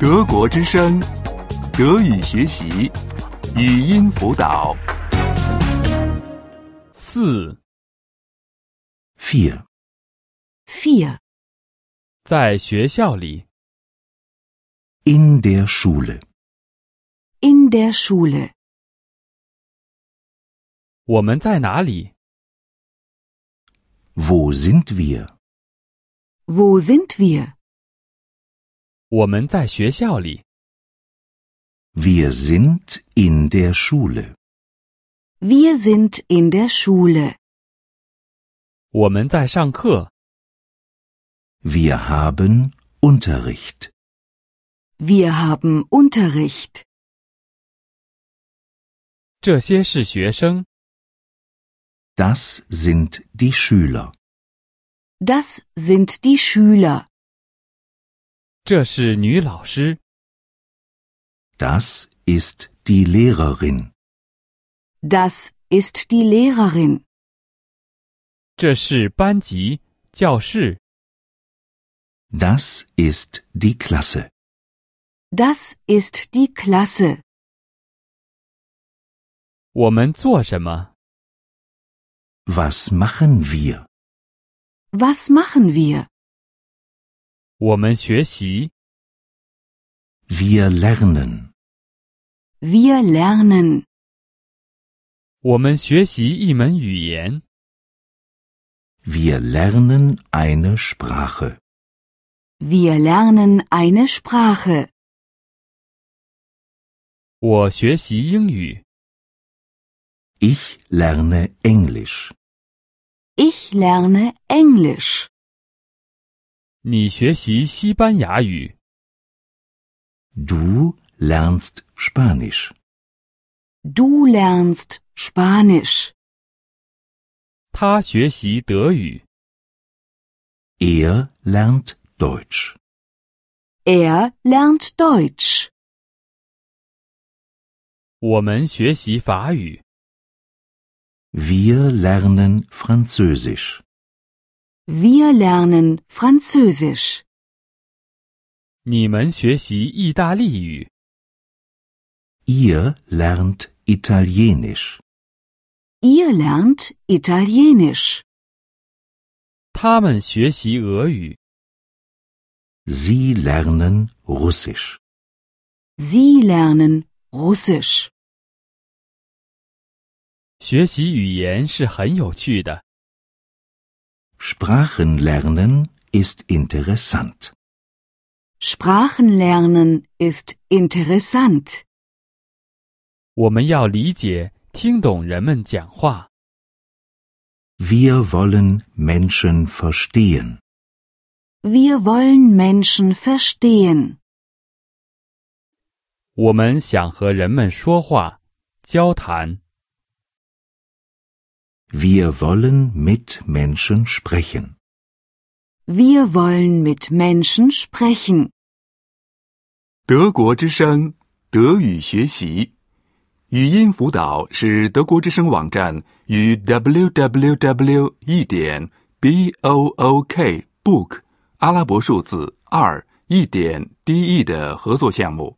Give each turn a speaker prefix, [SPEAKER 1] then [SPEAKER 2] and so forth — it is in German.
[SPEAKER 1] 德国之声，德语学习，语音辅导。
[SPEAKER 2] 四，
[SPEAKER 3] 4.
[SPEAKER 4] 4.
[SPEAKER 2] 在学校里，
[SPEAKER 3] In der Schule.
[SPEAKER 4] In der Schule.
[SPEAKER 2] 我们在哪里？
[SPEAKER 3] Wo sind wir?
[SPEAKER 4] Wo sind wir?
[SPEAKER 2] 我们在学校里。
[SPEAKER 3] Wir sind in der Schule.
[SPEAKER 4] Wir sind in der Schule.
[SPEAKER 2] 我们在上课。
[SPEAKER 3] Wir haben Unterricht.
[SPEAKER 4] Wir haben Unterricht.
[SPEAKER 2] 这些是学生，
[SPEAKER 3] Das sind die Schüler.
[SPEAKER 4] Das sind die Schüler.
[SPEAKER 2] 这是女老师，
[SPEAKER 3] Das ist die Lehrerin.
[SPEAKER 4] Das ist die Lehrerin.
[SPEAKER 2] 这是班级、教室，
[SPEAKER 3] Das ist die Klasse.
[SPEAKER 4] Das ist die Klasse.
[SPEAKER 2] 我们做什么？
[SPEAKER 3] Was machen wir?
[SPEAKER 4] Was machen wir?
[SPEAKER 2] 我们学习。
[SPEAKER 3] Wir lernen.
[SPEAKER 4] Wir lernen.
[SPEAKER 2] 我们学习一门语言。
[SPEAKER 3] Wir lernen eine Sprache.
[SPEAKER 4] Wir lernen eine Sprache.
[SPEAKER 2] 我学习英语。
[SPEAKER 3] Ich lerne Englisch.
[SPEAKER 4] Ich lerne Englisch.
[SPEAKER 2] 你学习西班牙语。
[SPEAKER 3] Du lernst Spanisch.
[SPEAKER 4] Du lernst Spanisch.
[SPEAKER 2] 他学习德语。
[SPEAKER 3] Er lernt Deutsch.
[SPEAKER 4] Er lernt Deutsch.
[SPEAKER 2] 我们学习法语。
[SPEAKER 3] Wir lernen Französisch.
[SPEAKER 4] Wir lernen Französisch.
[SPEAKER 2] 你们学习意大利语。
[SPEAKER 3] Ihr lernt Italienisch.
[SPEAKER 4] Ihr lernt Italienisch.
[SPEAKER 2] 他们学习俄语。
[SPEAKER 3] Sie lernen Russisch.
[SPEAKER 4] Sie lernen Russisch.
[SPEAKER 2] 学习语言是很有趣的。
[SPEAKER 3] Sprachen lernen ist interessant.
[SPEAKER 4] Sprachen lernen ist interessant.
[SPEAKER 2] 我们要理解、听懂人们讲话。
[SPEAKER 3] Wir wollen Menschen verstehen.
[SPEAKER 4] Wir wollen Menschen verstehen.
[SPEAKER 2] 我们想和人们说话、交谈。
[SPEAKER 3] Wir wollen mit Menschen sprechen.
[SPEAKER 4] Wir wollen mit Menschen sprechen.
[SPEAKER 1] 德国之声，德语学习，语音辅导是德国之声网站与 www. 一点 b o o k book 阿拉伯数字二一点 d e 的合作项目。